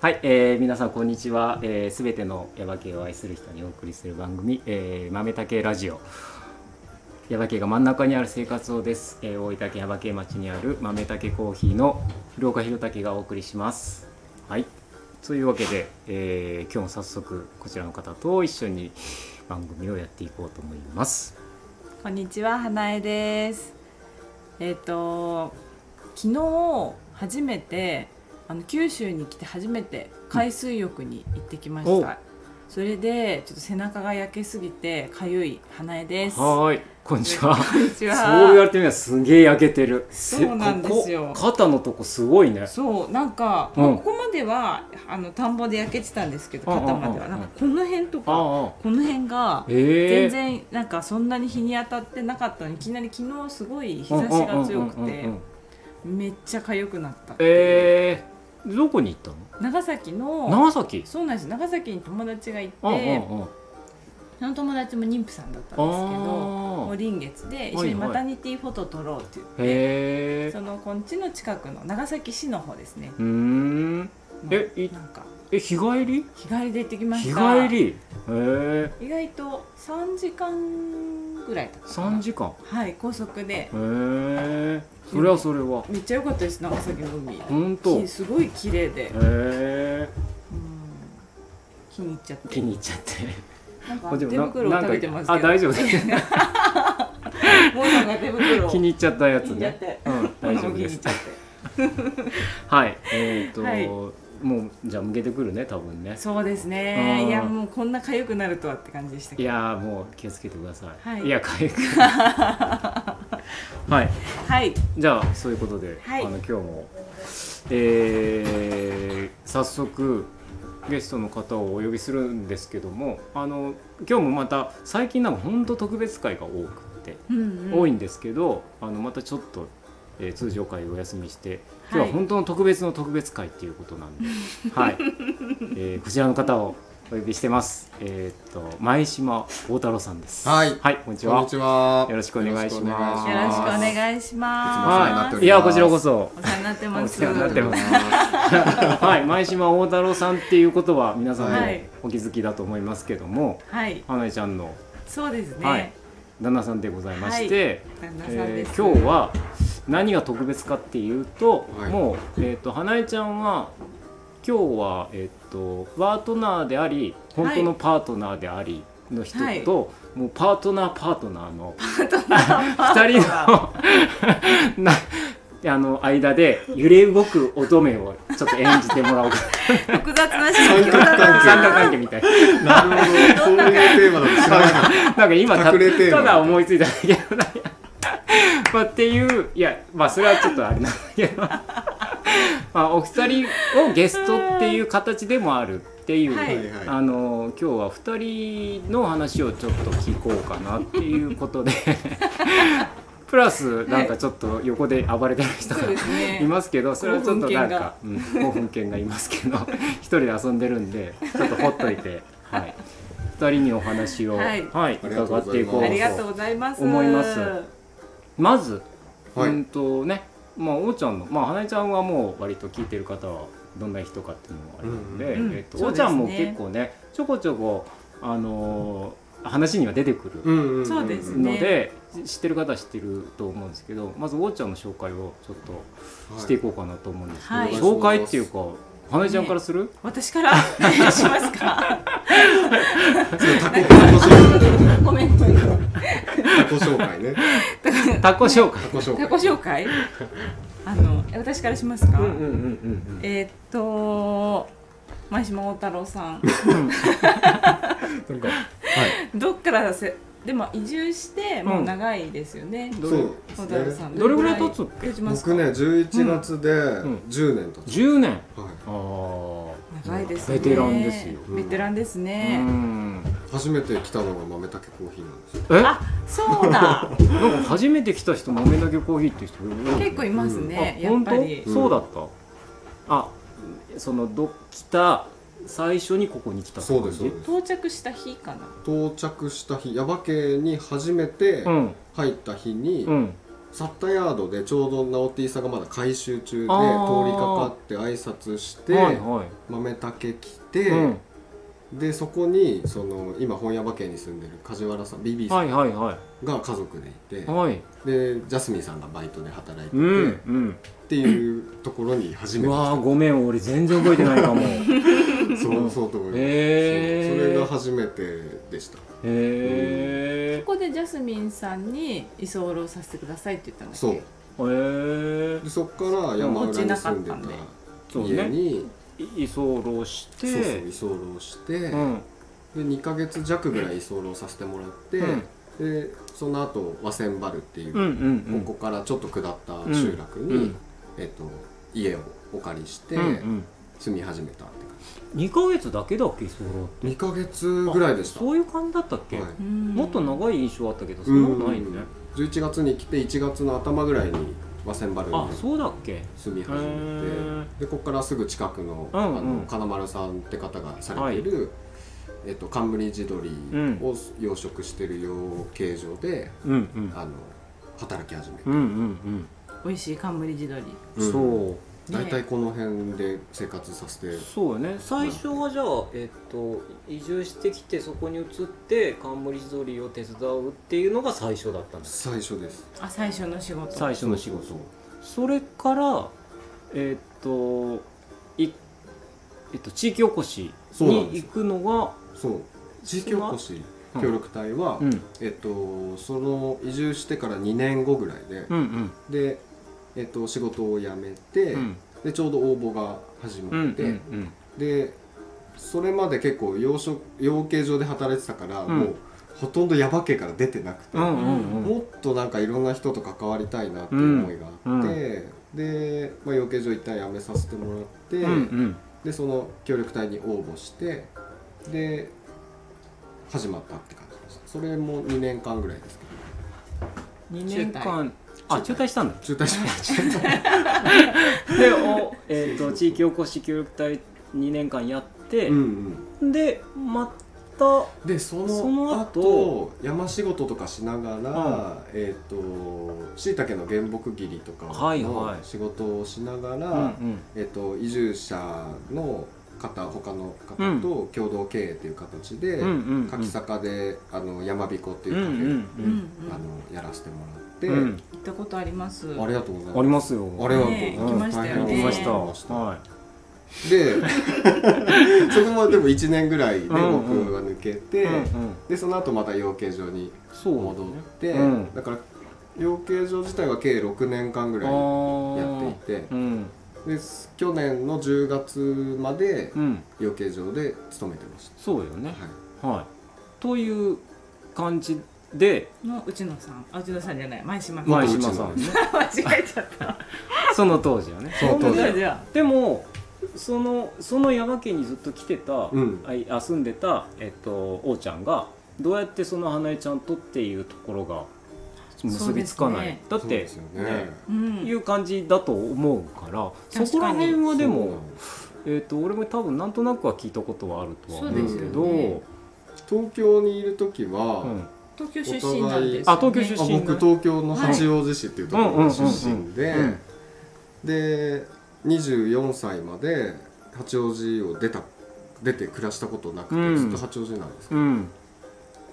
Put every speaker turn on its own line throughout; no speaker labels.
はい、えー、皆さんこんにちは。す、えー、べ、てのヤバ系を愛する人にお送りする番組、えー、豆竹ラジオ。ヤバ系が真ん中にある生活をです。えー、大分県ヤバ系町にある豆竹コーヒーの古岡弘武がお送りします。はい、というわけで、えー、今日も早速こちらの方と一緒に番組をやっていこうと思います。
こんにちは花江です。えっ、と昨日初めてあの九州に来て初めて海水浴に行ってきまし
お
た。それでちょっと背中が焼けすぎてかゆい花江です。こ
はーい、こんにちは。
んにち
そう言わ
は。
れてみればすげえ焼けてる。せ
そうなんですよ
ここ肩のとこすごいね。
そうなんか、
うん
ここまではあの田んぼで焼けてたんですけど
うんうんうん
肩まではなんかこの辺と
あ
か
あああ、
この辺が
ええ
全然なんかそんなに日に当たってなかったのにいきなり昨日すごい日差しが強く
うんうんうんうん
て
うん
めっちゃ痒くなったっていう
えー、どこに行った
長崎
の
の
長崎
そうなんです長崎に友達がいて
うんうんうん
その友達も妊婦さんだったんですけども
あ
う
ー
臨月で
い
一緒にマタニティフォト撮ろうって言って、
へえ
そのこんちの近くの長崎市の方ですね
うーん
の
えい
なんか
え日帰り
日帰りで行ってきま
日
した
帰りへえ
意外と3時間ぐらいだったかな
3時間へ
はい高速で
えそれはそれは
めっちゃ良かったです長崎の海
ほんと
きすごい綺麗で
へ、え
うん気に入っちゃって
気に入っちゃって
なんか
あ
手
でもな
袋を食べてますけど
あ大丈夫です
もうなんか手袋を
気に入っちゃったやつ
気に入っ
ね
ちゃって
うん大丈夫ですはいえっと
はい
もうじゃあ向けてくるね多分ね
そうですね
うん
いやもうこんな痒くなるとはって感じでした
い
けど
やーもう気をつけてください。
はい
やかゆ く。はい。
はい
じゃあそういうことで、
はい
あの今日も、えー早速ゲストの方をお呼びするんですけども、あの今日もまた最近なんか本当特別会が多くて、
うん
多
い
いんですけど、あのまたちょっと。えー通常会お休みして
はい
今日は本当の特別の特別会っていうことなんで、はい、えーこちらの方をお呼びしてますえーっと前島大太郎さんです
はい
はい、こんにち
こん
は
にちは。
よろしくお願いします
よろしくお
いし
願いしま
ますす
はい、いやこちらこそ
お世話になってま
お
す
世話になってますはい、前島大太郎さんっていうことは皆さんも
はい
お気づきだと思いますけども、
はい
花江ちゃんの
そうですね、
はい旦那さんでございまして、
旦那さん
え
です、
ー今日は何が特別かっていうと、
はい
もう、えー、と花江ちゃんは今日は、えー、とパートナーであり本当のパートナーでありの人と、
はい
もうパートナーパートナーの
二
2人の なあの間で揺れ動く乙女をちょっと演じてもらおうか
複雑な心境だな
三角関係みたいな
ます。なるほど。そういうテーマだと知らなかっ
なんか今た
隠れテーマ
ただ思いついただけどなんや まあっていういやまあそれはちょっとあれなんだけど まあお二人をゲストっていう形でもあるっていう、
は
た。
い
はいはい。
あの今日は二人の話をちょっと聞こうかなっていうこと でプラスなんかちょっと横で暴れてる人が
そうです
い
ね
ますけどそれはちょっとなんかうん興奮犬がいますけど 一人で遊んでるんでちょっとほっといて、はい、二人にお話を、
はい
伺っていこう
ありがとうございます
思いますまず、
はい
うんとねまあおーちゃんのまあ花江ちゃんはもう割と聞いてる方はどんな人かっていうのもあれなんで、
うんうん
えっと
うん
おーちゃんも
そうですね
結構ねちょこちょこあのー話には出てくる
うんうんん
そうですね
ので、知ってる方は知ってると思うんですけどまずおーちゃんの紹介をちょっと
はい
していこうかなと思うんですけど、
はい
紹介っていうか花江ちゃんからする、
私から お願いしますか
タコ紹 介
ごめんごめん
タコ紹介ね。
タコ紹介
タコ紹
自
介。
己紹介あのえ私からしますか、
うんうんうん
えーっと前島大太郎さん
うんなんか
どっからせでも移住してもう長いですよね、
ど
そう
れ
大太
で
郎
す
さ
ね。
ん
どれぐらい経つっけ
経ちますか
僕ね、11月で10年経つ。
10年
はい。
ああ
長いですね
ベテランですよ
ベテランです
う
ね、
ん
初めて来たのが豆竹コーヒーなんですよ。
え
あそうだ
なんか初めて来た人豆だけコーヒーっていう人
結構いますね、
あ
やっ
本
ぱり
当そうだった、あそのど来た最初にここに来たって
そう
感
で
じ
す、そうです。
到着した日かな
到着した日、耶馬渓に初めて
うん
入った日に
う、ん
サッタヤードでちょうどナオティさんがまだ改修中で通り
あ
か
ー
かって挨拶して、
はいは
豆竹来
い、
て、
うん、
でそこにその今本屋馬県に住んでる梶原さん BB さ
はい
ん
はいは
が家族でいて、
いはい
でジャスミンさんがバイトで働いてて、
うん
っ
うん
ていうところに初
う
めて
わー
来
ごめん俺全然覚えてない かもへ
たそうそうと思います、
へー
そうそれが初めてでした
え
ここでジャスミンさんに居候させてくださいって言ったんだっけ
そう
へえ
でそっから山裏に住んで
お家なかったんで
た
そう
家
ね
に
居候して
そうそう居候して、
うん
で2ヶ月弱ぐらい居候させてもらって、でその後和船原っていう、
うんうんうん
ここからちょっと下った集落に、
うんうん
えっと、家をお借りして
うんうん
住み始めたって感
2ヶ月だけだっけ居候って
じ、2ヶ月ぐらいでした
そういう感じだったっけ、
はい
うん
もっと長い印象あったけどそんなことないね、
11月に来て1月の頭ぐらいに和船原
あ
に
そうだっけ
住み始
へ
め
ー
てでここからすぐ近くの,、
うんうん
あの金丸さんって方がされてる、えっと、冠地鶏を養殖してる養鶏場で、
うんうん
あの働き始めて、
うんうん
美味しい冠地鶏
うん、
うん
そう
大体この辺で生活させて
そうよね最初はじゃあ、えっと移住してきてそこに移って冠地りを手伝うっていうのが最初だったんです
最初です
あ最初の仕事
最初の仕事それからえっとい、えっと、地域おこし
そうなんで
に
す
行くのが
そう地域おこし協力隊は、
うん
えっと、その移住してから2年後ぐらいで、
うん
で、えっと、仕事を辞めて、
うんうん
でちょうど応募が始
うん
まって、
うん
でそれまで結構養殖養鶏場で働いてたから、
うん
もうほとんどヤバ家から出てなくて、
うんうんうんうん
もっとなんかいろんな人と関わりたいなっていう思いがあって、で、まあ、養鶏場一旦辞めさせてもらって、
うんうん
でその協力隊に応募してで始まったって感じでしたそれも2年間ぐらいですけど
2年間あ中
中退
退したんだ
中退しました
で、おえー、と地域おこし協力隊2年間やって、
うんうん
でまた
でその
その後
後山仕事とかしながら、えっ、としいたけの原木切りとか
はいは
の
い
仕事をしながら、
うん
えっ、と移住者の方他の方と共同経営っていう形で、
うんうんうん
柿坂であの山彦っていうう
う
んカフ
んう
う
ェ、
んん
うん
あのやらせてもらって、
うん
行ったことあります
ありがとうございます
ありますよ
ありがとうござい
ね
ます
行き
ましたよね
大
行き
変
ました
行きました
は
でそこもでも1年 ぐらいで僕
うんうん
は抜け
い、
て、
うんうん、
でその後また養鶏場に
そうだね
戻って、
うん
だから養鶏場自体は計6年間ぐらいや
あ
っていて
ーうん
で去年の10月まで
うん
養鶏場で勤めてまし
そうよね
た、はい、
はいという感じで
の内野さんあ内野さんじゃない前島さん
前
前
島
島
さ
さ
ん
ん
ね
間違えちゃった
その当時はね
そ の当時
じゃあじゃ
でもそのその山家にずっと来てた、
うん
あいあ住んでた、えっと、王ちゃんがどうやってその花江ちゃんとっていうところが結びつかない、だっ
そう
て
ですよね
ね
あうん
いう感じだと思うからそこら辺はでも、えっと俺も多分なんとなくは聞いたことはあるとは思うけど
そうですよね
そう東京にいる時は、
うん
東京出身なんですよ、ね、
あ東京出身
あ僕東京の八王子市っていうところの出身で、
うんうんうんうん
で24歳まで八王子を出た出て暮らしたことなくて、
うん
ずっと八王子なんですけど
うん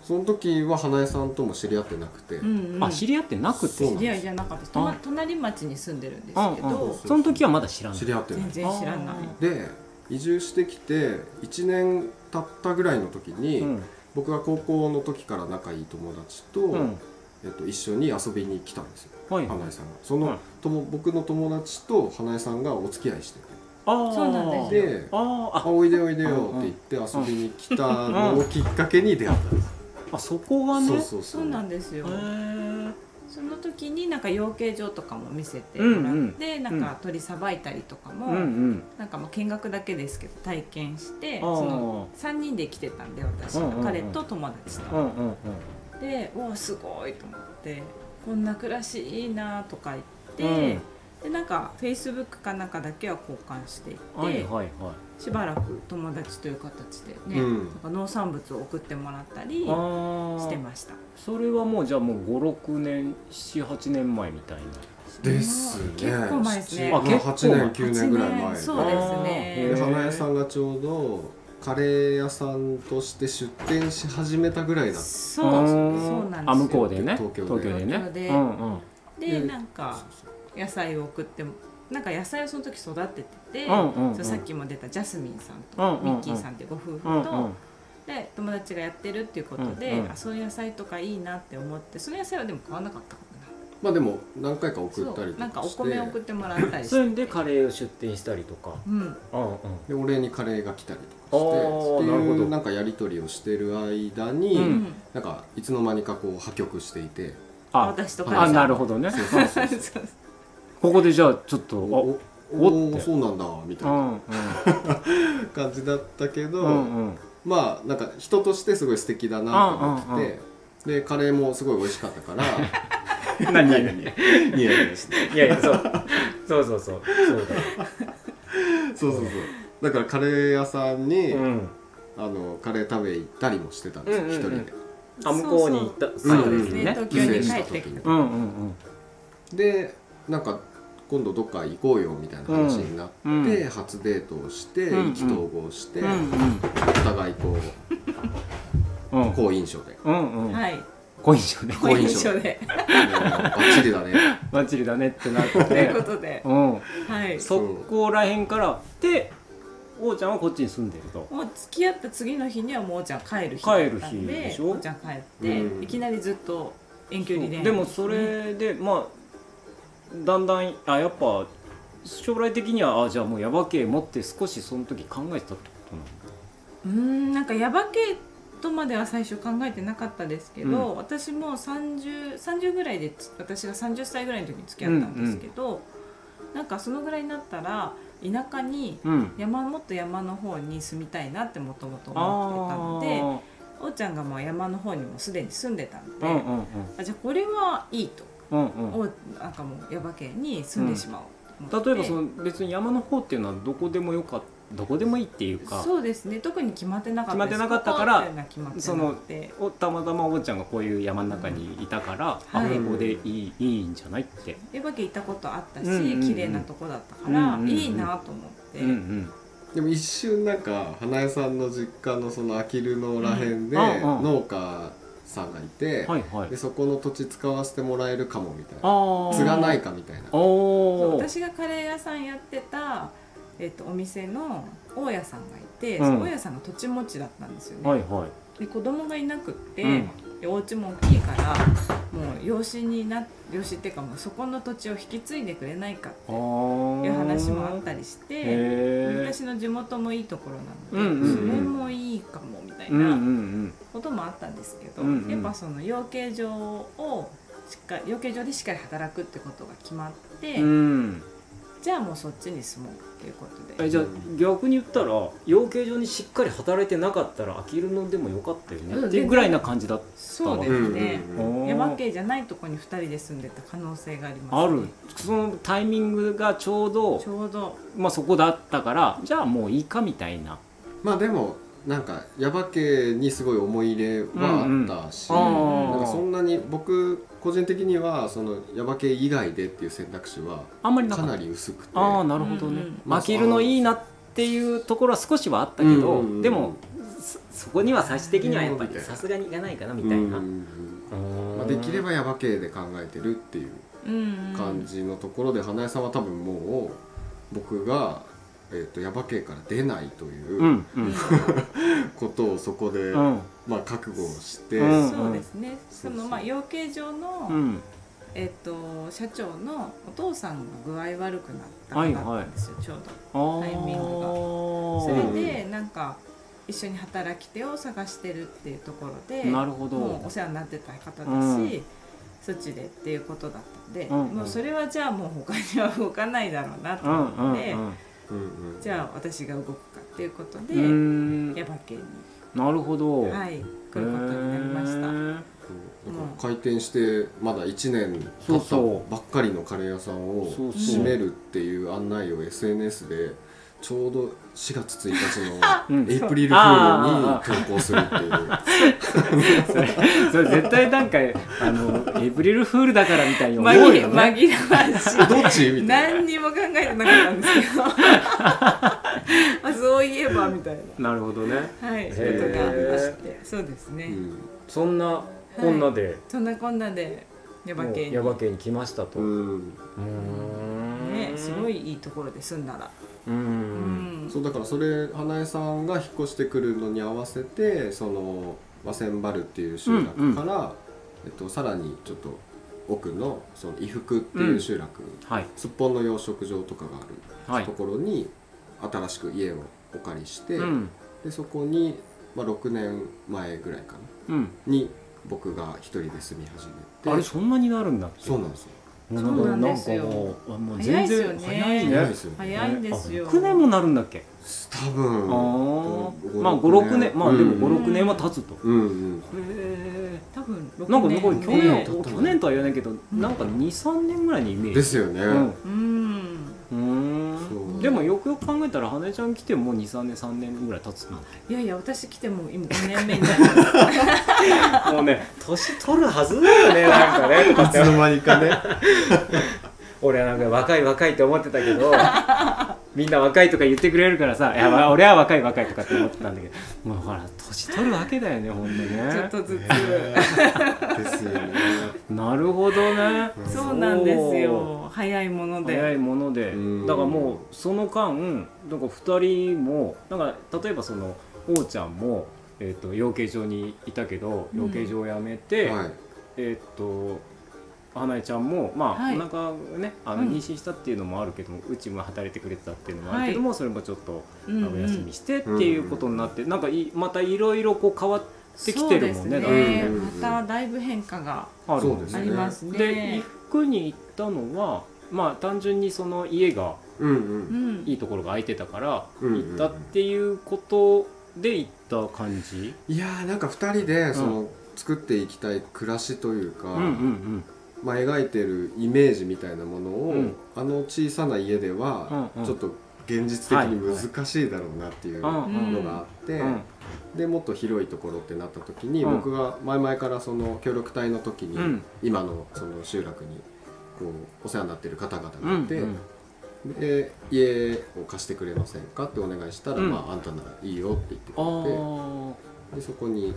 その時は花江さんとも知り合ってなくて、
うんうん、
あ知り合ってなくて
そう
いやいやなかったですとま隣町に住んでるんですけ
うんうん
ど
その時はまだ知らない
知り合ってない
全然知らない
で移住してきて1年経ったぐらいの時に、
うん
僕が高校の時から仲いい友達と、
うん
えっと、一緒に遊びに来たんですよ
はいはい
花江さんがその、
はい
とも僕の友達と花江さんがお付き合いしてて
あー
そうなん
ですよ
あー
あ
あ
おいでおいでよって言って遊びに来たのをきっかけに出会ったんです。
あそこがね
そうそうそ。
そううなんですよ、
へー
その時になんか養鶏場とかも見せてもらって、なんか鳥さばいたりとかも、
うんうん
なんかもう見学だけですけど体験して
あー
その3人で来てたんで私、
うんうんうん
彼と友達
うん
と、
うんうん
でおおすごいと思ってこんな暮らしいいなとか言って、でなんかフェイスブックかなんかだけは交換していて、
はいはいはい
しばらく友達という形でね、
うん
なんか農産物を送ってもらったり
あ
して
あ
ました
それはもうじゃあもう56年78年前みたいな
ですね
結構前ですね
あ結構
8
前
年9年ぐらい前
8年そうです
へー
で
ね
花屋さんがちょうどカレー屋さんとして出店し始めたぐらいだった
そう
あー
そうなんですよ
あ向こうでね
東京で
東京でね
東京で
うんうん
で
で
なんか野菜を送ってもなんか野菜をその時育ててて、
うんうんうん
そうさっきも出たジャスミンさんと、
うんうんうん
ミッキーさんってご夫婦と、
うんうん
で友達がやってるっていうことで、
うんうん
あそういう野菜とかいいなって思ってその野菜はでも買わなかったか
まあでも何回か送
な
ったり
そうなん
と
か
か
お
して
米を送ってもらったりして
そ れでカレーを出店したりとか
うん
うんうん
でお礼にカレーが来たりとか
あ
して
ー
って
なるほ
い
ど
うなんかやり取りをしてる間に、
う
うんん
なんかいつの間にかこう破局して いて
あ
私と
あ
彼
な
さん
るほどね
そうそうそう
そう
ここでじゃあちょっと
おお
お
お
って
ーそうなんだみた
あう
いな
う
ん
ん
感じだったけど、
うんうん
まあなんか人としてすごい素敵だなと思ってて、
うんうん
でカレーもすごい美味しかったから
何何い
ニヤニヤして
やいやそうそうそうそうそう
そうそうそうだからカレー屋さんに、
だうん
あのカレー食べ行ったりもしてたんですよ、
うんうんうん
一人で。
あ向こうに行った
そうそう
う
で
ん
す
うん
ね、
ね
東京に帰ってきて
うんうん
でなんか今度どっか行こうよみたいな話になって、
うんうん
初デートをして
うんうん
意気投合して、
うんうん
お互いこ
う
うん好印象で
うんうん
はい
好印象ね
好
好
印
印
象
象で
あのバッチリだね
バッチリだねってなっ
という
て
ことで
うん
はい
そこらへんからで王ちゃんはこっちに住んでると
もう付き合った次の日にはもうおーちゃん帰る日
帰る
だった
日
ん
で
で
しょ
おーちゃん帰って、
うん
いきなりずっと遠距
そ
離
う
恋愛
でもそれでまあだんだんあやっぱ将来的にはあじゃあもうヤバ系持って少しその時考えてたってことなの
うーんなんかヤバ系とまでは最初考えてなかったですけど、
うん
私も 30, 30ぐらいでつ私が30歳ぐらいの時に付き合ったんですけど、なんかそのぐらいになったら田舎に
うん
山もっと山の方に住みたいなってもともと思
あ
っ
あ
てたのでおーちゃんがもう山の方にもすでに住んでたの
う
で、
んうん
あじゃあこれはいいと、
うんうんうん
おなんかもうヤバ系に住んでしまおうと思って、
例えばその別に山の方っていうのはどこでもよかったどこでもいいっていうか
そうですね特に決まってなかったです
決まってなかったから
ここっていうのは決まってなくて
おたまたま王ちゃんがこういう山の中にいたから、
うんはい
あここでいいいいんじゃないって、
エヴァ家行ったことあったし、
うんうんうん
綺麗なとこだったから、
うんうんうん
いいなと思って、
うんうん、
でも一瞬なんか花屋さんの実家のそのあきるのらへんで、
うんうんうん
農家さんがいて、
はいはい
でそこの土地使わせてもらえるかもみたいな
あ
継がないいかみたいな
お
そう
お
私がカレー屋さんやってた、えっとお店の大家さんがいて、
うん
その大家さんが土地持ちだったんですよね、
はいはい
で子供がいなくって、
うん
でお家も大きいからもう養子にな養子っていうかもうそこの土地を引き継いでくれないかっていう話もあった
り
りして
へ
私の地元もいいところなので、
うん
うんうん
それもいいかもみたい
えう
な、
んうん
こともあったんですけど、
うんうん
やっぱその養鶏場をしっかり養鶏場でしっかり働くってことが決まって、
うんうん
じゃあもうそっちに住もうっていうこと
え
で、
じゃあ逆に言ったら養鶏場にしっかり働いてなかったら飽きるのでもよかったよね、
うん
っていうぐらいな感じだった
そうで
うん
す
うん
ね、
うん
おー
山系じゃないとこに2人で住んでた可能性があります、ね、
あるそのタイミングがちょうど
ちょうど
まあ、そこだったからじゃあもういいかみたいな
まあでもなんか矢場家にすごい思い入れはあったし、
うんうん
あー
なんかそんなに僕個人的にはその矢場家以外でっていう選択肢は
あんまりなか
か
った
なり薄くて
ああなるほどね、
うんうん
まあ、負けるのいいなっていうところは少しはあったけど、
うんうんうん
でもそそこには最終的にはやっぱ
み
り
たいな
さすがにいかないかなみ
うん
たいな、
まあ、できれ
ば
ば矢場家で考えてるっていう
うんうん
感じのところで、花江さんは多分もう僕が、えー、と矢場家から出ないと
う
いうん
うん
ことをそこで、
うん
まあ、覚悟をして、
うん
そうですね、そのまあ
そうそう
養鶏場の、
うん
えっと社長のお父さんが具合悪くなった
はい
方
はい
だったんですよ、ちょうど。
あー
タイミングがそ
うん
れでなんか一緒に働き手を探してるっていうところで
なるほど
もうお世話になってた方だし、
うん
そっちでっていうことだったんで、
うんうん
もうそれはじゃあもう他には動かないだろうなと
う
思
んうんう
っ
ん
て、
うんうん
じゃあ私が動くかっていうことで、
うーん
ヤバ系に、
なるほど、
はい、来ることになりまし
へー
た。
うんなんか開店してまだ1年経
そう
った
そう
ばっかりのカレー屋さんを
そうそう
閉めるっていう案内を SNS でちょうど4月1日
う
の
ん
エイプリルフールに投稿するっていう
それそれ絶対なんかあのエイプリルフールだからみたいに思う
紛れ
よ
紛
ね
らわ しい
どっちみたいな
何にも考えてなかったんですけどあそういえばみたい
なるほどね
なはいこと
ー
がありましてそうですね、
うん
そんなこんなで、
そんなこんなでヤバ
も
系
う
に
ヤバ系に来ましたと、
うん
うーん
ねすごいいいところで住んだら
うー
うんん
そうだからそれ花江さんが引っ越してくるのに合わせてその和千原っていう集落から、えっと、さらにちょっと奥のその伊福っていう集落、
はい
すっぽんの養殖場とかがあ
は
る
い
ところに新しく家をお借りして、
うん
でそこに、まあ、6年前ぐらいかな
うん
に僕が一人で住み始
あ
め
れ
て
そんなになるんだっけ
そうなんですよ
も
そうなんですよ
なんかもうあもう
早
全
いっすよ
然
ね
早い
早い
ね
ですよね
早いんですよ
あ6年もなるんだっけ
多
あー
分五
まあ
六
56年まあでも
うん
56年は経つと
うんうん
へえ多分6年
なんかねこれ去年、
ね
経ったね
去年とは言わないけどなんか23年ぐらいにイメージ
ですよね、
うん
うん
うー
そ
ん
う
でもよくよく考えたら羽根ちゃん来てもう23年3年ぐらい経つんだっ
いやいや私来てもう今5年目になります
けもうね 年取るはずだよねなんかね
いつの間にかね
俺はなんか若い若いって思ってたけどみんな若いとか言ってくれるからさ「いやまあ俺は若い若い」とかって思ってたんだけどもうほら年取るわけだよねほんとね
ちょっとずつ、
ですよね
なるほどね
うん
そうなんですよ早いもので
早いもので
うん
だからもうその間なんか2人もなんか例えばその王ちゃんも、えー、と養鶏場にいたけど
うん
養鶏場を辞めて、
はい
えっ、と花江ちゃんも、まあ
はい
お腹がねあの
うん
妊娠したっていうのもあるけども、うちも働いてくれてたっていうのもあるけども、それもちょっとあ
うんうん
のお休みしてっていうことになって、なんかいまたいろいろこう変わってきてるもんね
そ
だ
うで
い
すね
ぶ
うん
まただいぶ変化が
あるもん
そうです
あ
ね
りますね
で服に行ったのはまあ単純にその家が
うん
う
うん
ん
いいところが空いてたから
うんうん
行ったっていうことで行った感じ、
いやーなんか2人でその、作っていきたい暮らしというか、
うんうん
まあ、描いてるイメージみたいなものを、
うん
あの小さな家では
うんうん
ちょっと現実的に難しいだろうなっていう
はいはい
うん
のがあって、
うんうん
でもっと広いところってなった時に、
うん
僕が前々からその協力隊の時に、
うん
今のその集落にこうお世話になってる方々がいて、
うん
で家を貸してくれませんかってお願いしたら、
うん
まあ、あんたならいいよって言ってく
あ
れて。
ー
でそこに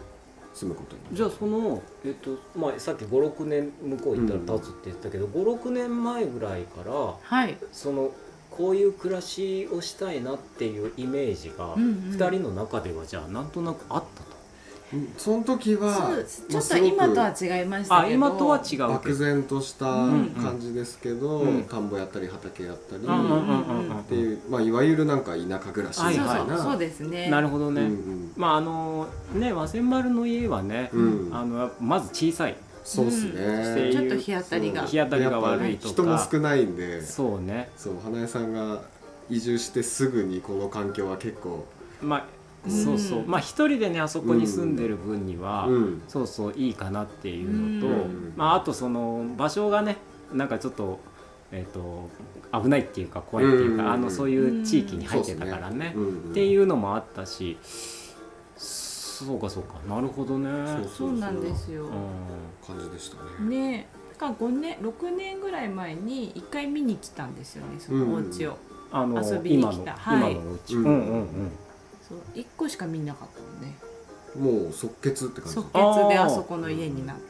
住むことになる
じゃあその、えっとまあ、さっき56年向こう行ったら経つって言ってたけど、56年前ぐらいから
はい、
そのこういう暮らしをしたいなっていうイメージが
うんうん
2人の中ではじゃあなんとなくあったと、
うんその時は
そうち
ま
ょ
あ
っ
す
と
ごく
今とは違いましたけど、
あ今とは違うけど
漠然とした
うん
感じですけど、
うん
田んぼやったり畑やったり、
うんうん
っ
うんうんうん
ていう、まあ、いわゆるなんか田舎暮らしみ
そ
た
う
い
そう、
な、
はい
そうですね
なるほどね、
うんうん
まああのね和千丸の家はね、
うん
あのまず小さい
そうっすね、
うん
ちょっと日当たりが
日当たりが悪いとか
人も少ないんでそ
そうね
う花江さんが移住してすぐにこの環境は結構、
まあ、
うん
そうそうまあ一人でねあそこに住んでる分には、
うん、
そうそういいかなっていうのと、
うん
まあ、あとその場所がねなんかちょっと,、えっと危ないっていうか怖いっていうか、
うん
あのそういう地域に入ってたからね,、
そうっすねうんうん
っていうのもあったしそうかそうかなるほどね。
そう
そうなんですよ、
う
感じでしたね、
ねなんか5年6年ぐらい前に1回見に来たんですよねそのお家を、
うん
ん、あの
遊びに
今
来
の、
たはい
今のうち、
うん
うんうんうん
そう1個しか見なかったのね
もう即決って感じ
即決であそこの家になって
へ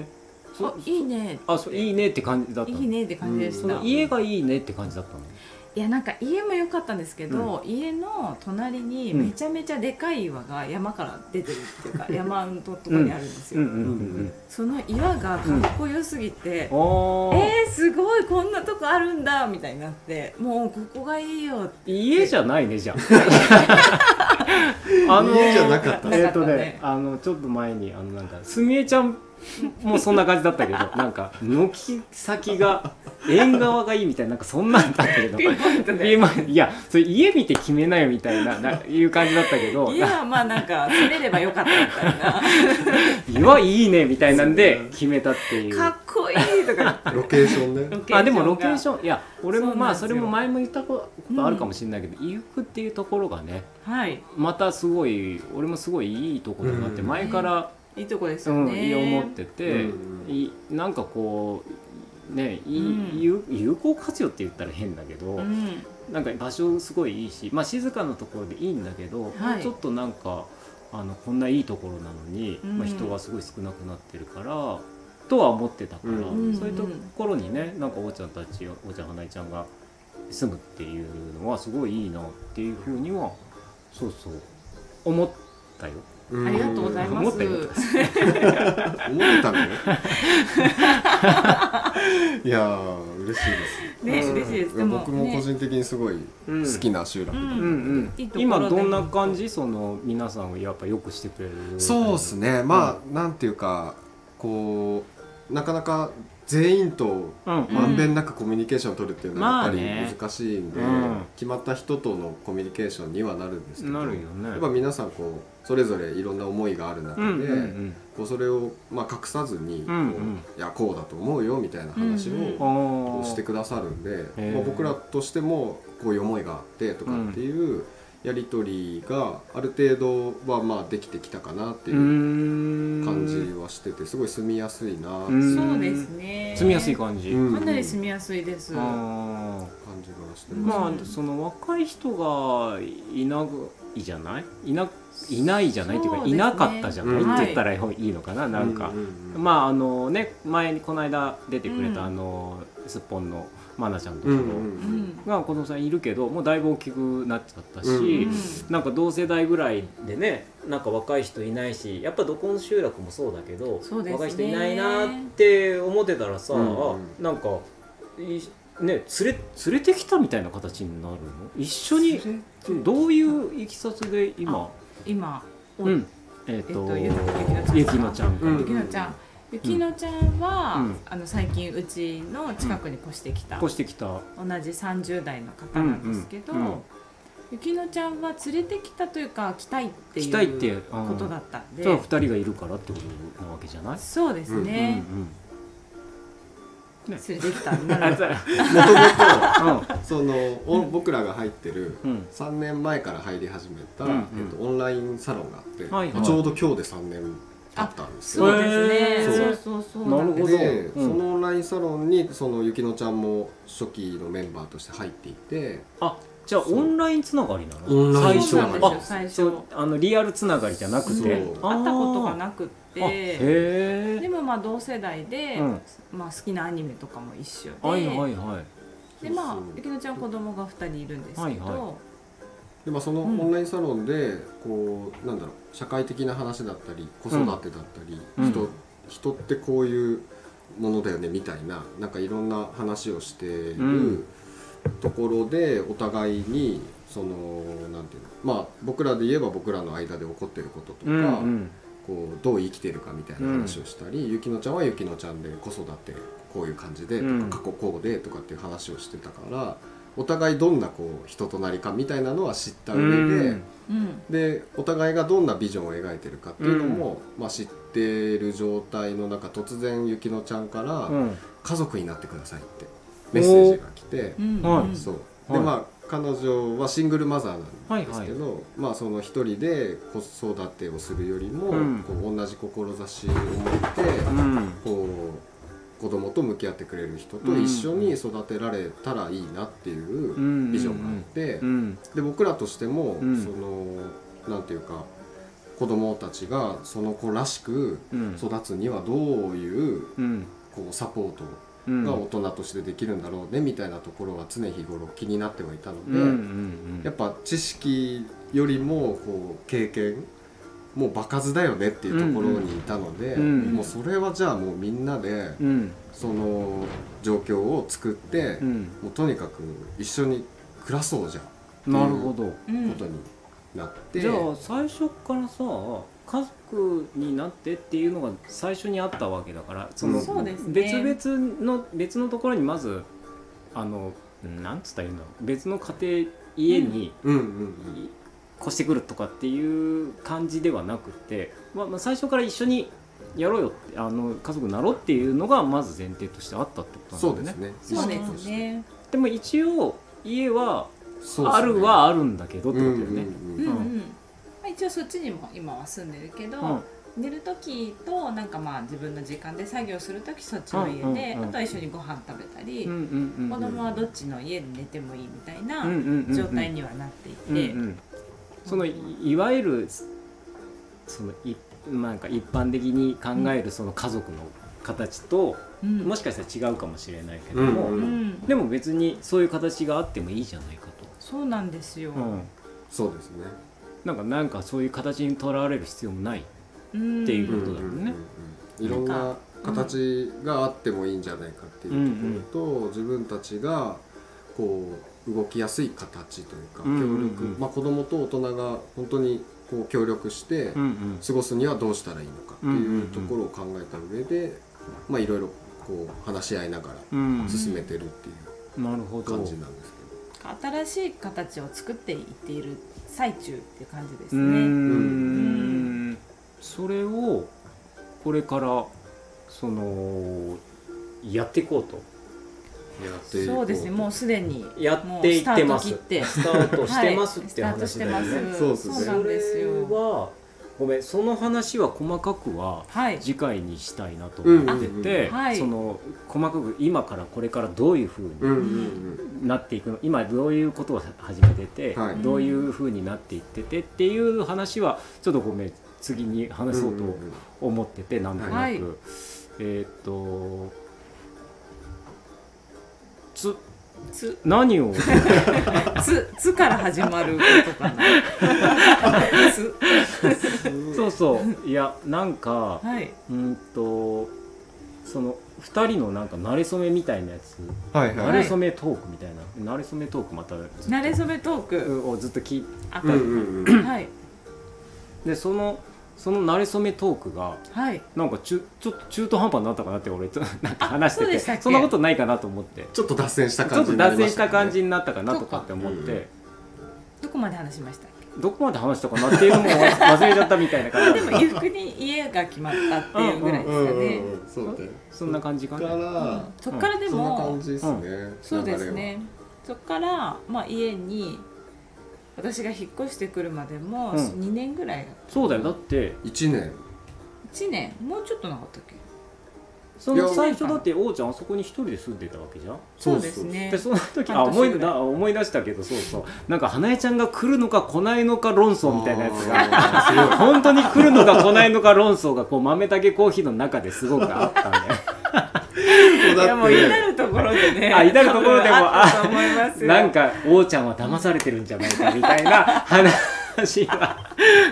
え
「
そ
あいいね
あそういいねって感じだったの
いいね」って感じでし
そ
た、
の
い
家がいいねって感じだったの
やなんか家も良かったんですけど、家の隣にめちゃめちゃでかい岩が山から出てるっ ていうか、山のところにあるんですよ、
うんうんうん
その岩がかっこよすぎて、
うん、あー
えー、すごいこんなとこあるんだみたいになってもうここがいいよって
家じゃないねじゃあ
家じゃなかった
えっ、とね
なかったね
あのちょっと前にあのなんかすみえちゃんもうそんな感じだったけど なんか軒先が縁側がいいみたいななんかそんなんだったけ ど
ピンポイントで。
今いやそれ家見て決めなよみたいなないう感じだったけど
家はまあなんか攻めればよかったみたいな
岩いいねみたいなんで決めたって いう。
かっこいいとか
ロケーションね
ロケーション が
あでもロケーションいや俺もまあ
そ
そう
な
れ
んですよ
も前も言ったことあるかもしれないけど伊福、っていうところがね
はい
またすごい俺もすごいいいところだなって
うん
前から、
いいとこです
う
よ
ん
ね、
思ってて、
うん
いなんかこうねい、
うん
有有効活用って言ったら変だけど、
うん
なんか場所すごいいいし、まあ、静かなところでいいんだけど、
はい
もうちょっとなんかあのこんないいところなのに、
うん
まあ、人がすごい少なくなってるからとは思ってたから、
うん
そういうところにねなんかおーちゃんたちおーちゃん花江ちゃんが住むっていうのはすごいいいなっていうふうにはそうそう思ったよ。
うん
ありがとうございます
思ったよ。
思っ てたのいやー嬉しいです
う
ね、
ん
嬉しいです
い
で
や
も
僕も個
ね
人的にすごい
うん
好きな集落だった
うんうん
いいところで
今どんな感じその皆さんをやっぱよくしてくれる
そうですねまあなんていうかこうなかなか全員と
うんうん
まんべんなくコミュニケーションを取るっていうの
ま
は
あ
やっぱり
ね
難しいんで、
うん
決まった人とのコミュニケーションにはなるんですけど
なるよ
やっぱ
ね。
皆さんこうそれぞれいろんな思いがある中
う
で、
んうん
こうそれを、まあ、隠さずに、こ
う
う
んうん
いやこうだと思うよみたいな話
うんうん
を
うん。あ
こ
あ
うしてくださるんで、
へー
まあ、僕らとしてもこういう思いがあってとかっていうやり取りがある程度はまあできてきたかなっていう
感
感じはしててすごい住みやすいなって
う
いう
人
そうですね
住みやすい感じ、
うん
かなり住みやすいです、
あ
感じがして
ー
ます。
まあその若い人がいなぐいじゃないいないないじゃないっていう
そ
か
うです
い
ね
なかったじゃない、
うん
って言ったらいいのかな、なんか
う、んうん
まああのね前にこの間出てくれた、
うん
あのすっぽんのまなちゃんとか
うんう
の、
んう
うん ん、
が子供さんいるけどもうだいぶ大きくなっちゃったし、
うん
うん
なんか同世代ぐらいでねなんか若い人いないしやっぱどこの集落もそうだけど、
そうですね
若い人いないなって思ってたらさ、
うんうん
なんかいね連れ連れてきたみたいな形になるの一緒にどういういきさつで今、
今、
うんえっ、と,、
えっと
ゆ
ゆ
き
き
の
の
ち
ち
ゃ
ゃ
ん
ん
から、
う
ゆ
ん
きのちゃんゆきのちゃんは、
うん
あの最近うちの近くに越してきた、
越してきた
同じ30代の方なんですけど、
うんうんうん
ゆきのちゃんは連れてきたというか来たいって
来たいって
い
いうううん
ことだったんで、
と二人がいるからってことなわけじゃない、
そうですね、
うんうん
連れてきたん だ
あ
な
そう
もとも
う
とそのお僕らが入ってる
んうん
3年前から入り始めた、
うんうん
えっと、オンラインサロンがあって、
はいはい
ちょうど今日で3年経ったんですよ
そうですね、
へ
そ
ー
うそうそう
なるほど
で、
うん
そのオンラインサロンにそのゆきのちゃんも初期のメンバーとして入っていて
あじゃあ
そう
オンラインつながりなの
オンライン
そうなんです
あ
よ最初
そうあのリアルつながりじゃなくて、
そう
会ったことが
く
なくって
あへ
で
え
もまあ同世代で、
うん
まあ、好きなアニメとかも一緒で,、
はいはいはい
でまあ
そうそう
ゆきのちゃん子供が2人いるんですけど、
はいは
で、まあ、そのオ
うん
ンラインサロンでこうなんだろう社会的な話だったり子育てだったり、
うんう
人
ん
人ってこういうものだよねみたいななんかいろんな話をしてい
う
る、
ん
ところでお互いにそのなんていうのまあ僕らで言えば僕らの間で起こってることとか、
うんうん
こうどう生きてるかみたいな話をしたり、ゆきのちゃんはゆきのちゃんで子育てこういう感じでとか、
うん
過去こうでとかっていう話をしてたからお互いどんなこう人となりかみたいなのは知った上で、
うん
うん
でお互いがどんなビジョンを描いてるかっていうのも、まあ、知ってる状態の中突然ゆきのちゃんから、
うん
家族になってください」ってメッセージが来て
う。ん
はい
ん
そう
は
で
い
まあ彼女はシングルマザーなんですけど、まあその一人で子育てをするよりも、
うん
こう同じ志を持って、
うん
こう子供と向き合ってくれる人と一緒に育てられたらいいなっていう
う
うんビジョンがあって、
うん
で僕らとしても、
うん
そのなんていうか子供たちがその子らしく
うん
育つにはどういう
うん
こうサポートを
うん
が大人としてできるんだろうねみたいなところは常日頃気になってはいたの
う
で、
んうん
やっぱ知識よりもこう経験もう場数だよねっていうところにいたので、
うんうん
もうそれはじゃあもうみんなで
うん
その状況を作って、
うん
もうとにかく一緒に暮らそうじゃん
なるほど
うん
ことになって、
じゃあ最初からさ家族になってっていうのが最初にあったわけだからその
そうですね
別々の別のところにまずあのなんつったらいいんだろう別の家庭家に
うんうん
越してくるとかっていう感じではなくて、まあ、まあ最初から一緒にやろうよってあの家族になろうっていうのがまず前提としてあったってこ
うん、
と
そ
な
うん
だ
で
よ
す
ね。
ね。
そうですね
でも一応家は
そうですね。
あるはあるんだけどっ
うん
て
う
こと
ん
だよね。
う
う
ん
ん。
うんまあ、一応そっちにも今は住んでるけど、寝る時となんかまあ自分の時間で作業する時そっちの家で、
うんうんうん
あとは一緒にご飯食べたり、
うんうんうんうん
子供はどっちの家で寝てもいいみたいな
うんうんうんうん
状態にはなっていて、
うんうんそのいいわゆるそのいなんか一般的に考えるその家族の形と、
うん
もしかしたら違うかもしれないけども、
うんうん
うん
でも別にそういう形があってもいいじゃないかと、
そうなんですよ、
うん、
そうですね。
なんかなんかそういう形にとらわれる必要もない、
うん
っていうことだよね
うんうんうんいろんな形があってもいいんじゃないかっていうところと、自分たちがこう動きやすい形というか、
うんうんうん
協力、まあ、子供と大人が本当にこう協力して
うんうん
過ごすにはどうしたらいいのかって
うんうん
いううんところを考えた上で、まあ、いろいろこう話し合いながら
うん、
進めてるっていう
なるほど
感じなんですけど。
新しい形を作っていっている最中っていう感じです
うー
ね。
んそれをこれからそのやっていこうと
やっていこ
そうですねもうすでに
やっていってます
もうスタート切って
スタートしてますって話だよ
はいスタートし
ね
てま。
そうですね
そうなんですよ
それはごめんその話は細かくは
はい
次回にしたいなと思って
うんうん
て、
うんはい
その細かく今からこれからどういうふう
うん
に
うんうん
なっていくの今どういうことを始めてて、
はい
どういうふうになっていっててっていう話はちょっとごめん次に話そうと
んんん
思っててなんとなく、
はい
えーっとつ
つ
何を
つつから始まることかな。つ
そうそういやなんか
はい。
うんとその2人のなんか慣れ初めみたいなやつ、
はい
慣
は
れ
い。
初めトークみたいな慣れ初めトークまたずっと
慣れ初めトーク。
をずっと聞い
あ
うんうんうん。
はい
でそのその慣れ初めトークが
はい。
なんか中ちょっと中途半端になったかなって俺ちょっとなんか話して
そう
て
でしたっけ
んなことないかなと思って
ちょっと脱線した
ちょ
感
っ
じ
と
になり
脱
ま
線
し、
した
ね。
た感じになったかなとかって思っ
そうか
て。
どこまで話しましたっけ？
どこまで話したかなっていうのも 忘れちゃったみたいな感
で
じ
も裕福に家が決まったっていうぐらいですかね。
うんうんうん、そうだよ
そんな感じか
か
な
ら、
そっからで
そんな感
も
じですね、
そうです
流れは
ね。そっからまあ家に私が引っ越してくるまでも
うん
2年ぐらい
そうだよだって
1年
1年もうちょっとなかったっけ？
その最初だって王ちゃんあそこに一人で住んでたわけじゃん
そうですね
で。その時あ
半年
思い
ぐらい
出思い出したけどそうそうなんか花江ちゃんが来るのか来ないのか論争みたいなやつが
が すごい
本当に来るのか来ないのか論争がこう豆竹コーヒーの中ですごくあったんだよ
そ
い
うだって
やもう至るところでね。
あ至るところでも
多分あったと思いますよ。
なんか王ちゃんは騙されてるんじゃないかみたいな 話は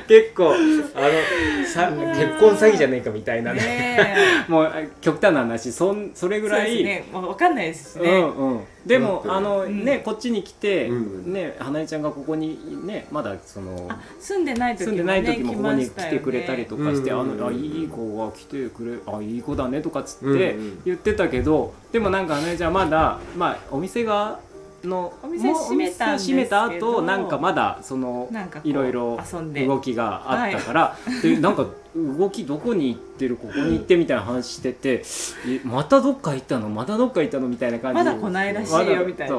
結構あのさ結婚詐欺じゃないかみたいなね
ねえ。
もう極端な話そんそれぐらい
そうですね、もう分かんないですし
う
ね、
んうん、でも、
うん
あの、
うん
ねこっちに来て、
うん
ね花江ちゃんがここにねまだその
住んでない時
住
も、ね、
んでない時もここに
まし
来
たよ
て
ね
くれたりとかして「
う
あ
ん
のあいい子は来てくれあいい子だね」とかっつ
う
って
んうん
言ってたけど、でもなんか花江ちゃんまだ、まあ、お店がの
お店閉めたんですけど
もうお店閉めた後なんかまだその
なんかこう
いろいろ
遊んで
動きがあったから、でなんか動きどこに行ってるここに行ってみたいな話しててえまたどっか行ったのまたどっか行ったのみたいな感じ
ま
で
だ来ないらしい
まだ
よみたいな、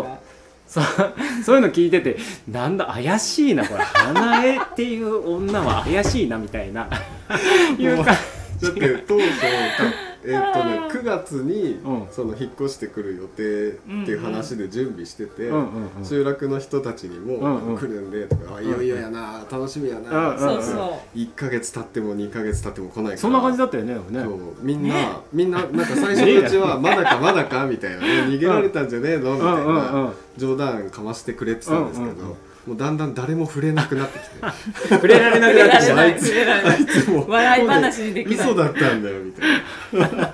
そうそうそういうの聞いててなんだ怪しいなこれ花江っていう女は怪しいなみたいないうか
だって 当初たえっとね9月に、
うん
その引っ越してくる予定っていう話で準備してて、
うんうんうん
集落の人たちにも、
うんうん
来るんでとか、あいよいよやな楽しみやな、
うん
そうそう、
1か月経っても2か月経っても来ないか ら
そんな感じだったよねでもね
そうみんな、みんななんか最初のうち は「まだかまだか」みたいな「逃げられたんじゃねえの?」みた
う
い
んうんうん
な冗談かましてくれてたんですけど、
うんうんうん
もうだんだん誰も触れなくなってき て
触れられな
触
く
れ
な
ら
ってき
れ
た
な
あ
い
いつ
触れられない
も う
笑い話にできない
嘘だったんだよみたい なで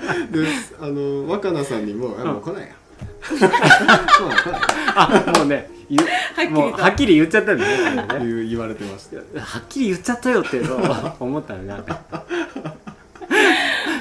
あの若菜さんにも「あもう来ないや」もう来ない
あもうね言う
りと
もうはっきり言っちゃったんだよね多分ね
言う言われてました
はっきり言っちゃったよってそう 思ったのねなんか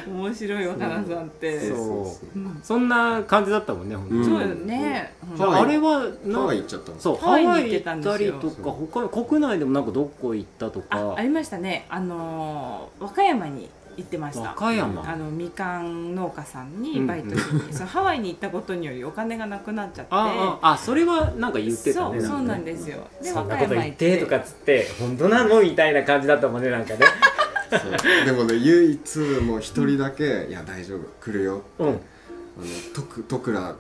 面白い若菜さんって
そう
そ
う
う
ん
そんな感じだったもんね本当に、
うん
そうよね、うん
ハワイ
あれはな
ハワイ行っちゃったの
そうハ
ハワイに
ワ
行っ
イ
て
行
た
っ
ん
た
です
り
よ
とか他国内でもなんかどこ行ったと
あ
か
ありましたねあのー和歌山に行ってました
和歌山
あのみかん農家さんに
うん
バイトし に、そのハワイに行ったことによりお金がなくなっちゃって
あああそれはなんか言ってたね
そうそう
かね
なんですよで
そ
和
ん
歌
なこと
山
言
行
っ
って
てとかっつって本当なのみたいな感じだったもんねなんかね
そうでもね唯一もう一人だけ「いや大丈夫来るよ」
うん
あのとくとくら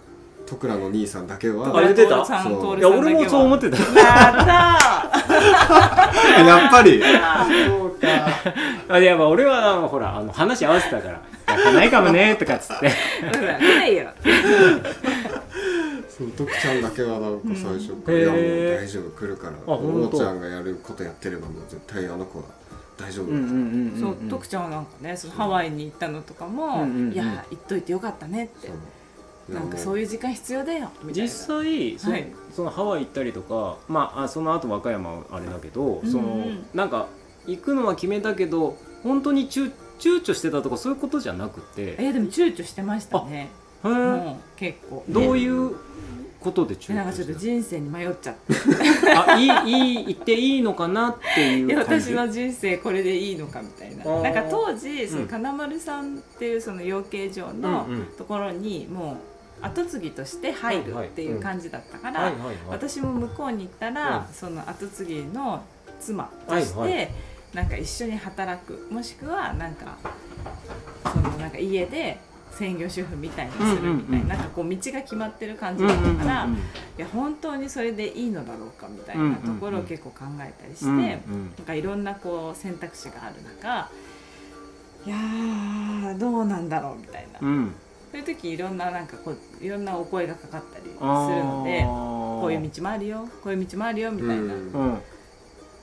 とくらの兄さんだけは
あ言ってた
さん
そう
いや俺もそう思っててた
やっ
やっぱり
たー
そうか
あいやまあ俺はあのほらあの話合わせたから「いやないかもね」とかっつって
ほら ないよ
そうとくちゃんだけはなんか最初から
う
「
ん
いやもう
へー
大丈夫来るから」
ほん
お
と
もちゃんがやることやってればもう絶対あの子は大丈夫、
ん
そう徳ちゃんはなんかねそのハワイに行ったのとかも、
うんうんうん
いや行っといてよかったねって、
そう
なんかそう
い
いう時間必要だよみたいな
実際そ,、
はい
そのハワイ行ったりとか、まあ、あその後和歌山はあれだけど、
うん
そのなんか行くのは決めたけど本当に躊躊躇してたとかそういうことじゃなくて
いやでも躊躇してましたね
へー
もう結構
どういうことで躊
でなん
躇
かちょっと
して
人生に迷っちゃって
たあいいいい行っていいのかなってい
いや
う感
私
じ
の人生これでいいのかみたいな
あー
なんか当時そ
うん
の金丸さんっていうその養鶏場の
うんうん
ところにもう跡継ぎとして入るっていう感じだったから、
はいはいはい
私も向こうに行ったら、
う
その後継ぎの妻として、
はいは
なんか一緒に働くもしくはなんかそのなんか家で専業主婦みたいにするみたいな,、
うんうんうん
なんかこう道が決まってる感
う
じ
んう
だ
ん
った
うん
から、いや本当にそれでいいのだろうかみたいなところを結構考えたりして、
うんうん
なんかいろんなこう選択肢がある中いやーどうなんだろうみたいな、
うんうん
そういう時いろんななんかこういろんなお声がかかったりする
あー
ので。こういう道もあるよこういう道もあるよみたいな、
うん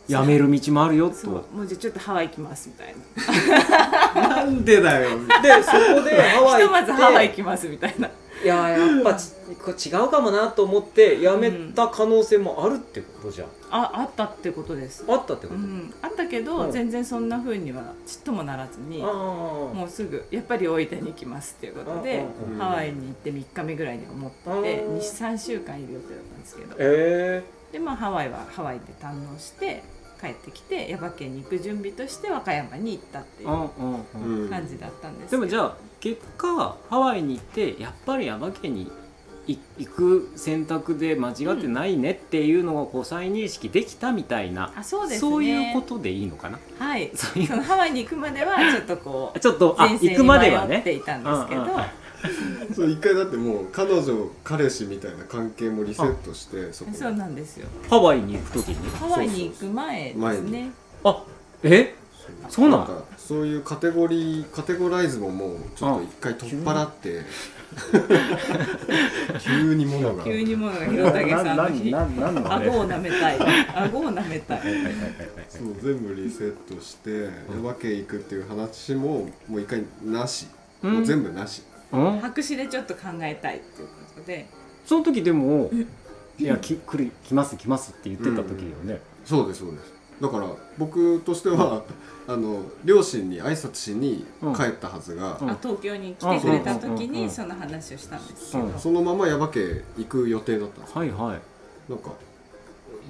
やめる道もあるよと
そうもうじゃあちょっとハワイ行きますみたいな
なんでだよ
でそこでハ
ひとまずハワイ行きますみたいない
ややっぱちこう違うかもなと思ってやめた可能性もあるってことじゃん、
ああったってことです、
あったってこ
う
と、
ん、あったけど、
うん
全然そんな風にはちっともならずに
あ
もうすぐやっぱり大分に行きますっていうことで、
うん
ハワイに行って3日目ぐらいには思ってて
うん
23週間いる予定だったんですけど
あえ
でまあハワイはハワイで堪能して帰ってきて耶馬渓に行く準備として和歌山に行ったって
え
いう
うん
うん、
うん
感じだったんですけ
で
ど、
もじゃあ結果ハワイに行ってやっぱりヤマケにい行く選択で間違ってないねっていうのをこう再認識できたみたいな、
あそうですね
そういうことでいいのかな
はい
そうい
そのハワイに行くまではちょっとこう
うちょっと あ
人生
行
に
くまでは
迷っ
ね
ていたんですけど、
うんうんうん
そう一回だってもう彼女彼氏みたいな関係もリセットしてそこ
そうなんですよ
ハワイに行く時に
ハワイに行く前ですね
あえそうなの
かそういうカテゴリーカテゴライズももうちょっと一回取っ払って 急にものが
急にものが広げさんの 日
なななんのあれ
顎を舐めたい顎を舐めたい
はいはいはいはいはい
そう全部リセットして
ん
和け行くっていう話ももう一回なし、
うん
もう全部なし
うん
白紙でちょっと考えたいっていうことで
その時でも「いやき来る来ます来ます」って言ってた時だよね、
そうですそうですだから僕としてはあの両親に挨拶しに帰ったはずが、
うん
あ東京に来てくれた時
うんうんうんうん
にその話をしたんですけど
うん
そのまま耶馬渓行く予定だったんですよ
はいはい
なんか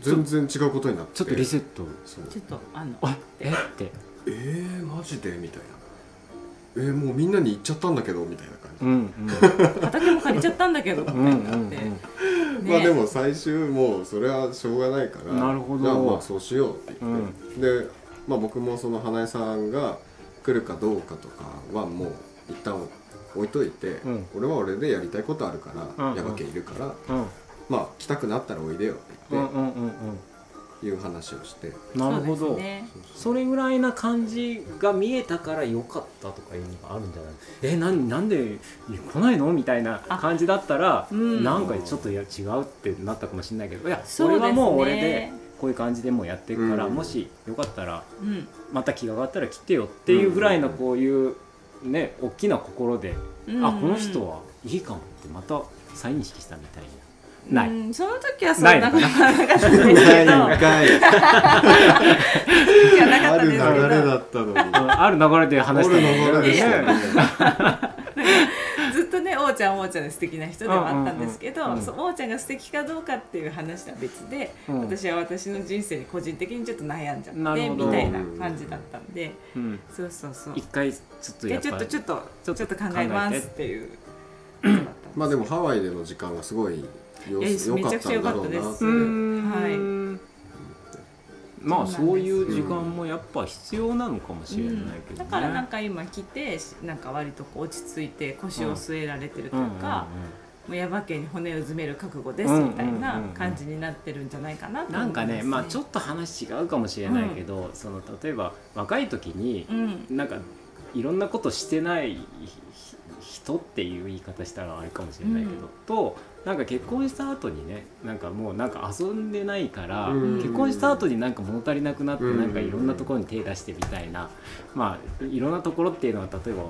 全然違うことになって
ちょっとリセット
そう
ちょっとあの
あえって
えー、マジでみたいなえー、もうみんなに言っちゃったんだけどみたいな感じ、
うんうん
畑も借りちゃったんだけどみたい
うん
になって
うん
まあ
ね
でも最終もうそれはしょうがないから
なるほど
じゃあまあそうしようって言って、で、まあ、僕もその花江さんが来るかどうかとかはもう一旦置いといて、
ん
俺は俺でやりたいことあるから、
うん
やばけいるから
うん
まあ来たくなったらおいでよって
う
言
ん
っ
うんうん
ていう話をして、
うんなるほ
そう
ど
ですね
それぐらいな感じが見えたから良かったとかいうのがあるんじゃないえなんなんで来ないのみたいな感じだったら、
うん
なんかちょっといや違うってなったかもしれないけどいや
そ
俺
うですね
はもう俺でこういう感じでもうやっていくから、
うん
もしよかったら
うん
また気が上がったら来てよっていうぐらいのこういうね大きな心で、
うん
あこの人はいいかもってまた再認識したみたいなない、
うん、その時はそん
ない
な
の
こ
か
と
な
はなかったですけど
ないんかい
時はなか
あ
った
る
で
流れ
すけど
だったのに
うんある流れで話
お
し
る
て
流れでした
ね
ね
ずっとね王ちゃん王ちゃんで素敵な人ではあったんですけど、
うんうんうんうん
そう王ちゃんが素敵かどうかっていう話とは別で、
うん
私は私の人生に個人的にちょっと悩んじゃってみ
なるほど
たいな感じだったんで
うん
そうそうそう
一回ちょっとや
で
っ
ちょ
ぱ
っとちょっと
ち
ち
ょ
ょ
っと
っと考えますっていうことだったんです
まあでもハワイでの時間がすごい良
いや
良かったんだろう
めちゃくちゃ良かった
な
で
っ
す
て
うー
うん
んまあそういう時間もやっぱ必要なのかもしれないけどね、
だからなんか今来てなんか割とこう落ち着いて腰を据えられてると
う
い
ん
う
うんうん
か、もうヤバ家に骨を詰める覚悟です
うん
みたいな
うんうん
感じになってるんじゃないかなと思います、
なんかねまあちょっと話違うかもしれないけど、その例えば若い時に
うん
なんかいろんなことしてないひひ人っていう言い方したらあれかもしれないけど、
うん
となんか結婚した後にねなんかもうなんか遊んでないから、
うん
結婚した後になんか物足りなくなって
うん
なんかいろんなところに手出してみたいな、まあいろんなところっていうのは例えば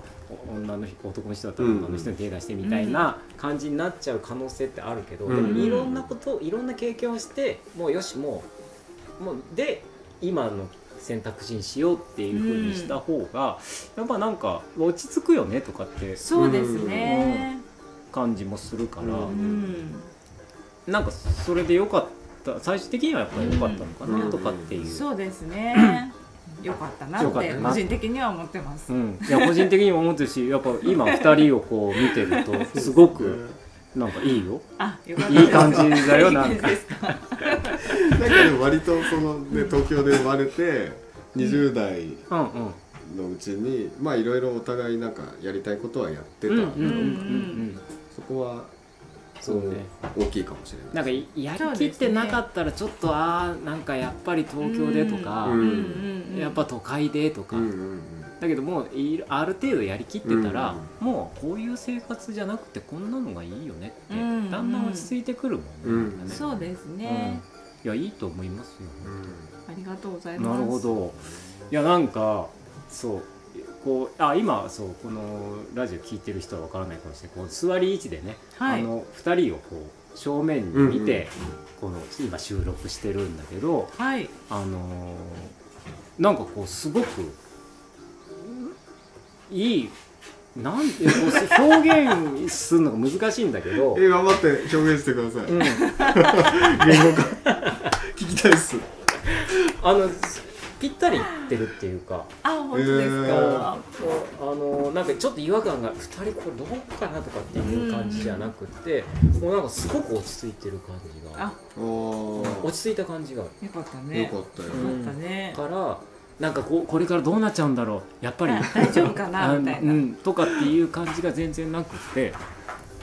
お女の人男の人だったら女の人に手出してみたいな感じになっちゃう可能性ってあるけど、
うん
でもいろんなこといろんな経験をしてもうよしもうもうで今の選択肢にしようっていうふうにした方が、やっぱなんか落ち着くよねとかって
そうですね、
感じもするから、
う
うんん
なんかそれで良かった最終的にはやっぱり良かったのかな
うん
とかっていう。
そうですね良かったな
良
っ
かってたな
個人的には思ってます、
うん、いや個人的にも思ってるしやっぱ今2人をこう見てる とすごくなんかいいよ
あよかった
いい感じだよなんか
いい感じですか
なんかでも割とその、ね、東京で生まれて20代
うんうん
のうちにまあいろいろお互いなんかやりたいことはやってた、
うんうんうんうんうん
そこは
そうね
大きいかもしれない
なんかいやりきってなかったらちょっとああなんかやっぱり東京でとか、
うん
うん
やっぱ都会でとか、
うんうん
だけどもういるある程度やりきってたら、
うん
もうこういう生活じゃなくてこんなのがいいよねって、
うん
だんだん落ち着いてくるもんね,、
うん
なんかね
そうですね、
うんいやいいと思いますよ、
うんうん
ありがとうございま
な
す
るほどいやなんかそうこうあ今そうこのラジオ聞いてる人はわからないかもしれないこう座り位置でね、
はい
あの2人をこう正面に見て、この今収録してるんだけど
はい
あのーなんかこうすごくいいなんてこう 表現するのが難しいんだけど、
え頑張って表現してください、
うん、
言語化聞きたいっす
あのぴったりいってるっていうか。
あ本当です
え
か
ー、
あのなんかちょっと違和感が2人これどうかなとかっていう感じじゃなくて、もうなんかすごく落ち着いてる感じが
あ
おー
落ち着いた感じがある
よかったね
よかったよ、
うん
よかったね
からなんかこうこれからどうなっちゃうんだろうやっぱり
あ大丈夫かな
あ
みたいな、
うん、とかっていう感じが全然なくて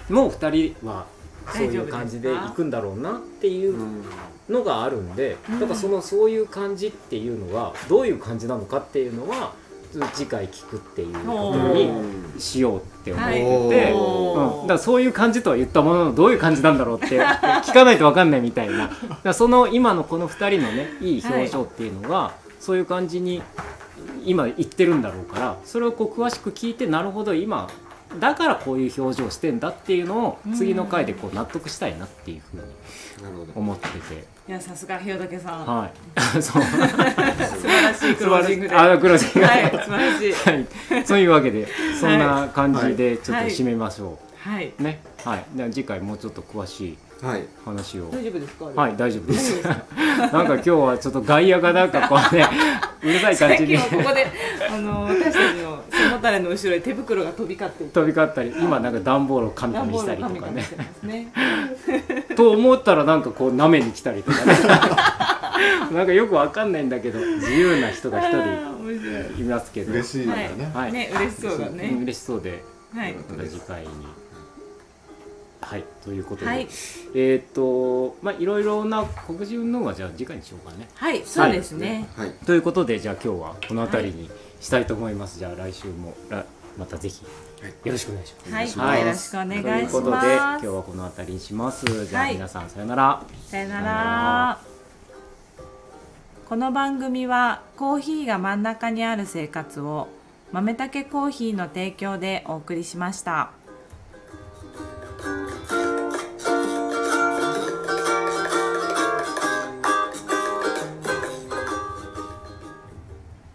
もう2人はそういう感じで行くんだろうなっていううんのがあるんで、
うん
だからそのそういう感じっていうのはどういう感じなのかっていうのは次回聞くっていうこと
う
に
ん
しようって思う
はい
で
お
うん、
ー
だからそういう感じとは言ったもののどういう感じなんだろうって 聞かないと分かんないみたいなだからその今のこの2人のねいい表情っていうのが、そういう感じに今言ってるんだろうからそれをこう詳しく聞いてなるほど今だからこういう表情してんだっていうのを次の回でこう納得したいなっていうふうに
なるほど
思ってて、
いやさすがひよたけさん、
はい そう
素晴らしいクロージングで
あクロージング
はい素晴らしい
はい、そういうわけでそんな感じでちょっと締めましょう、
はい
ねはい、では次回もうちょっと詳しい
はい
話を
大丈夫ですか
はいい大丈夫です なんか今日はちょっと外野がなんかこう ねうるさい
さ
感
っ
じ
き
に
もここであの私たちの背もたれの後ろに手袋が飛び交っていて
飛び交ったり今なんか段ボールを噛み噛
段
み
ボ
し
ー
た
ル
り
の
と
神
か
々
ね
してますね
と思ったらなんかこう舐めに来たりと かねなんかよくわかんないんだけど自由な人が
あ
一
ー面白い
人いますけど
嬉しいんだよね、
はい
ね嬉しそうだ
うん
ね
嬉しそうで
はい
また次回にはいということで、
はい
えっ、とまあいろいろな黒人のはじゃあ次回にしようかね
はいそうですね
はい
ということでじゃあ今日はこの辺りにしたいと思います、じゃあ来週もらまたぜひ
はい
よろしくお願いします、
はい
お願いし
は
ま
い
す
よろしくお願
という
いし
ことで
ま
今日
す
はこの辺りにしますじゃあ
はい
皆さんさよなら
さよな
さよな
らこの番組はコーヒーが真ん中にある生活を豆たけコーヒーの提供でお送りしました。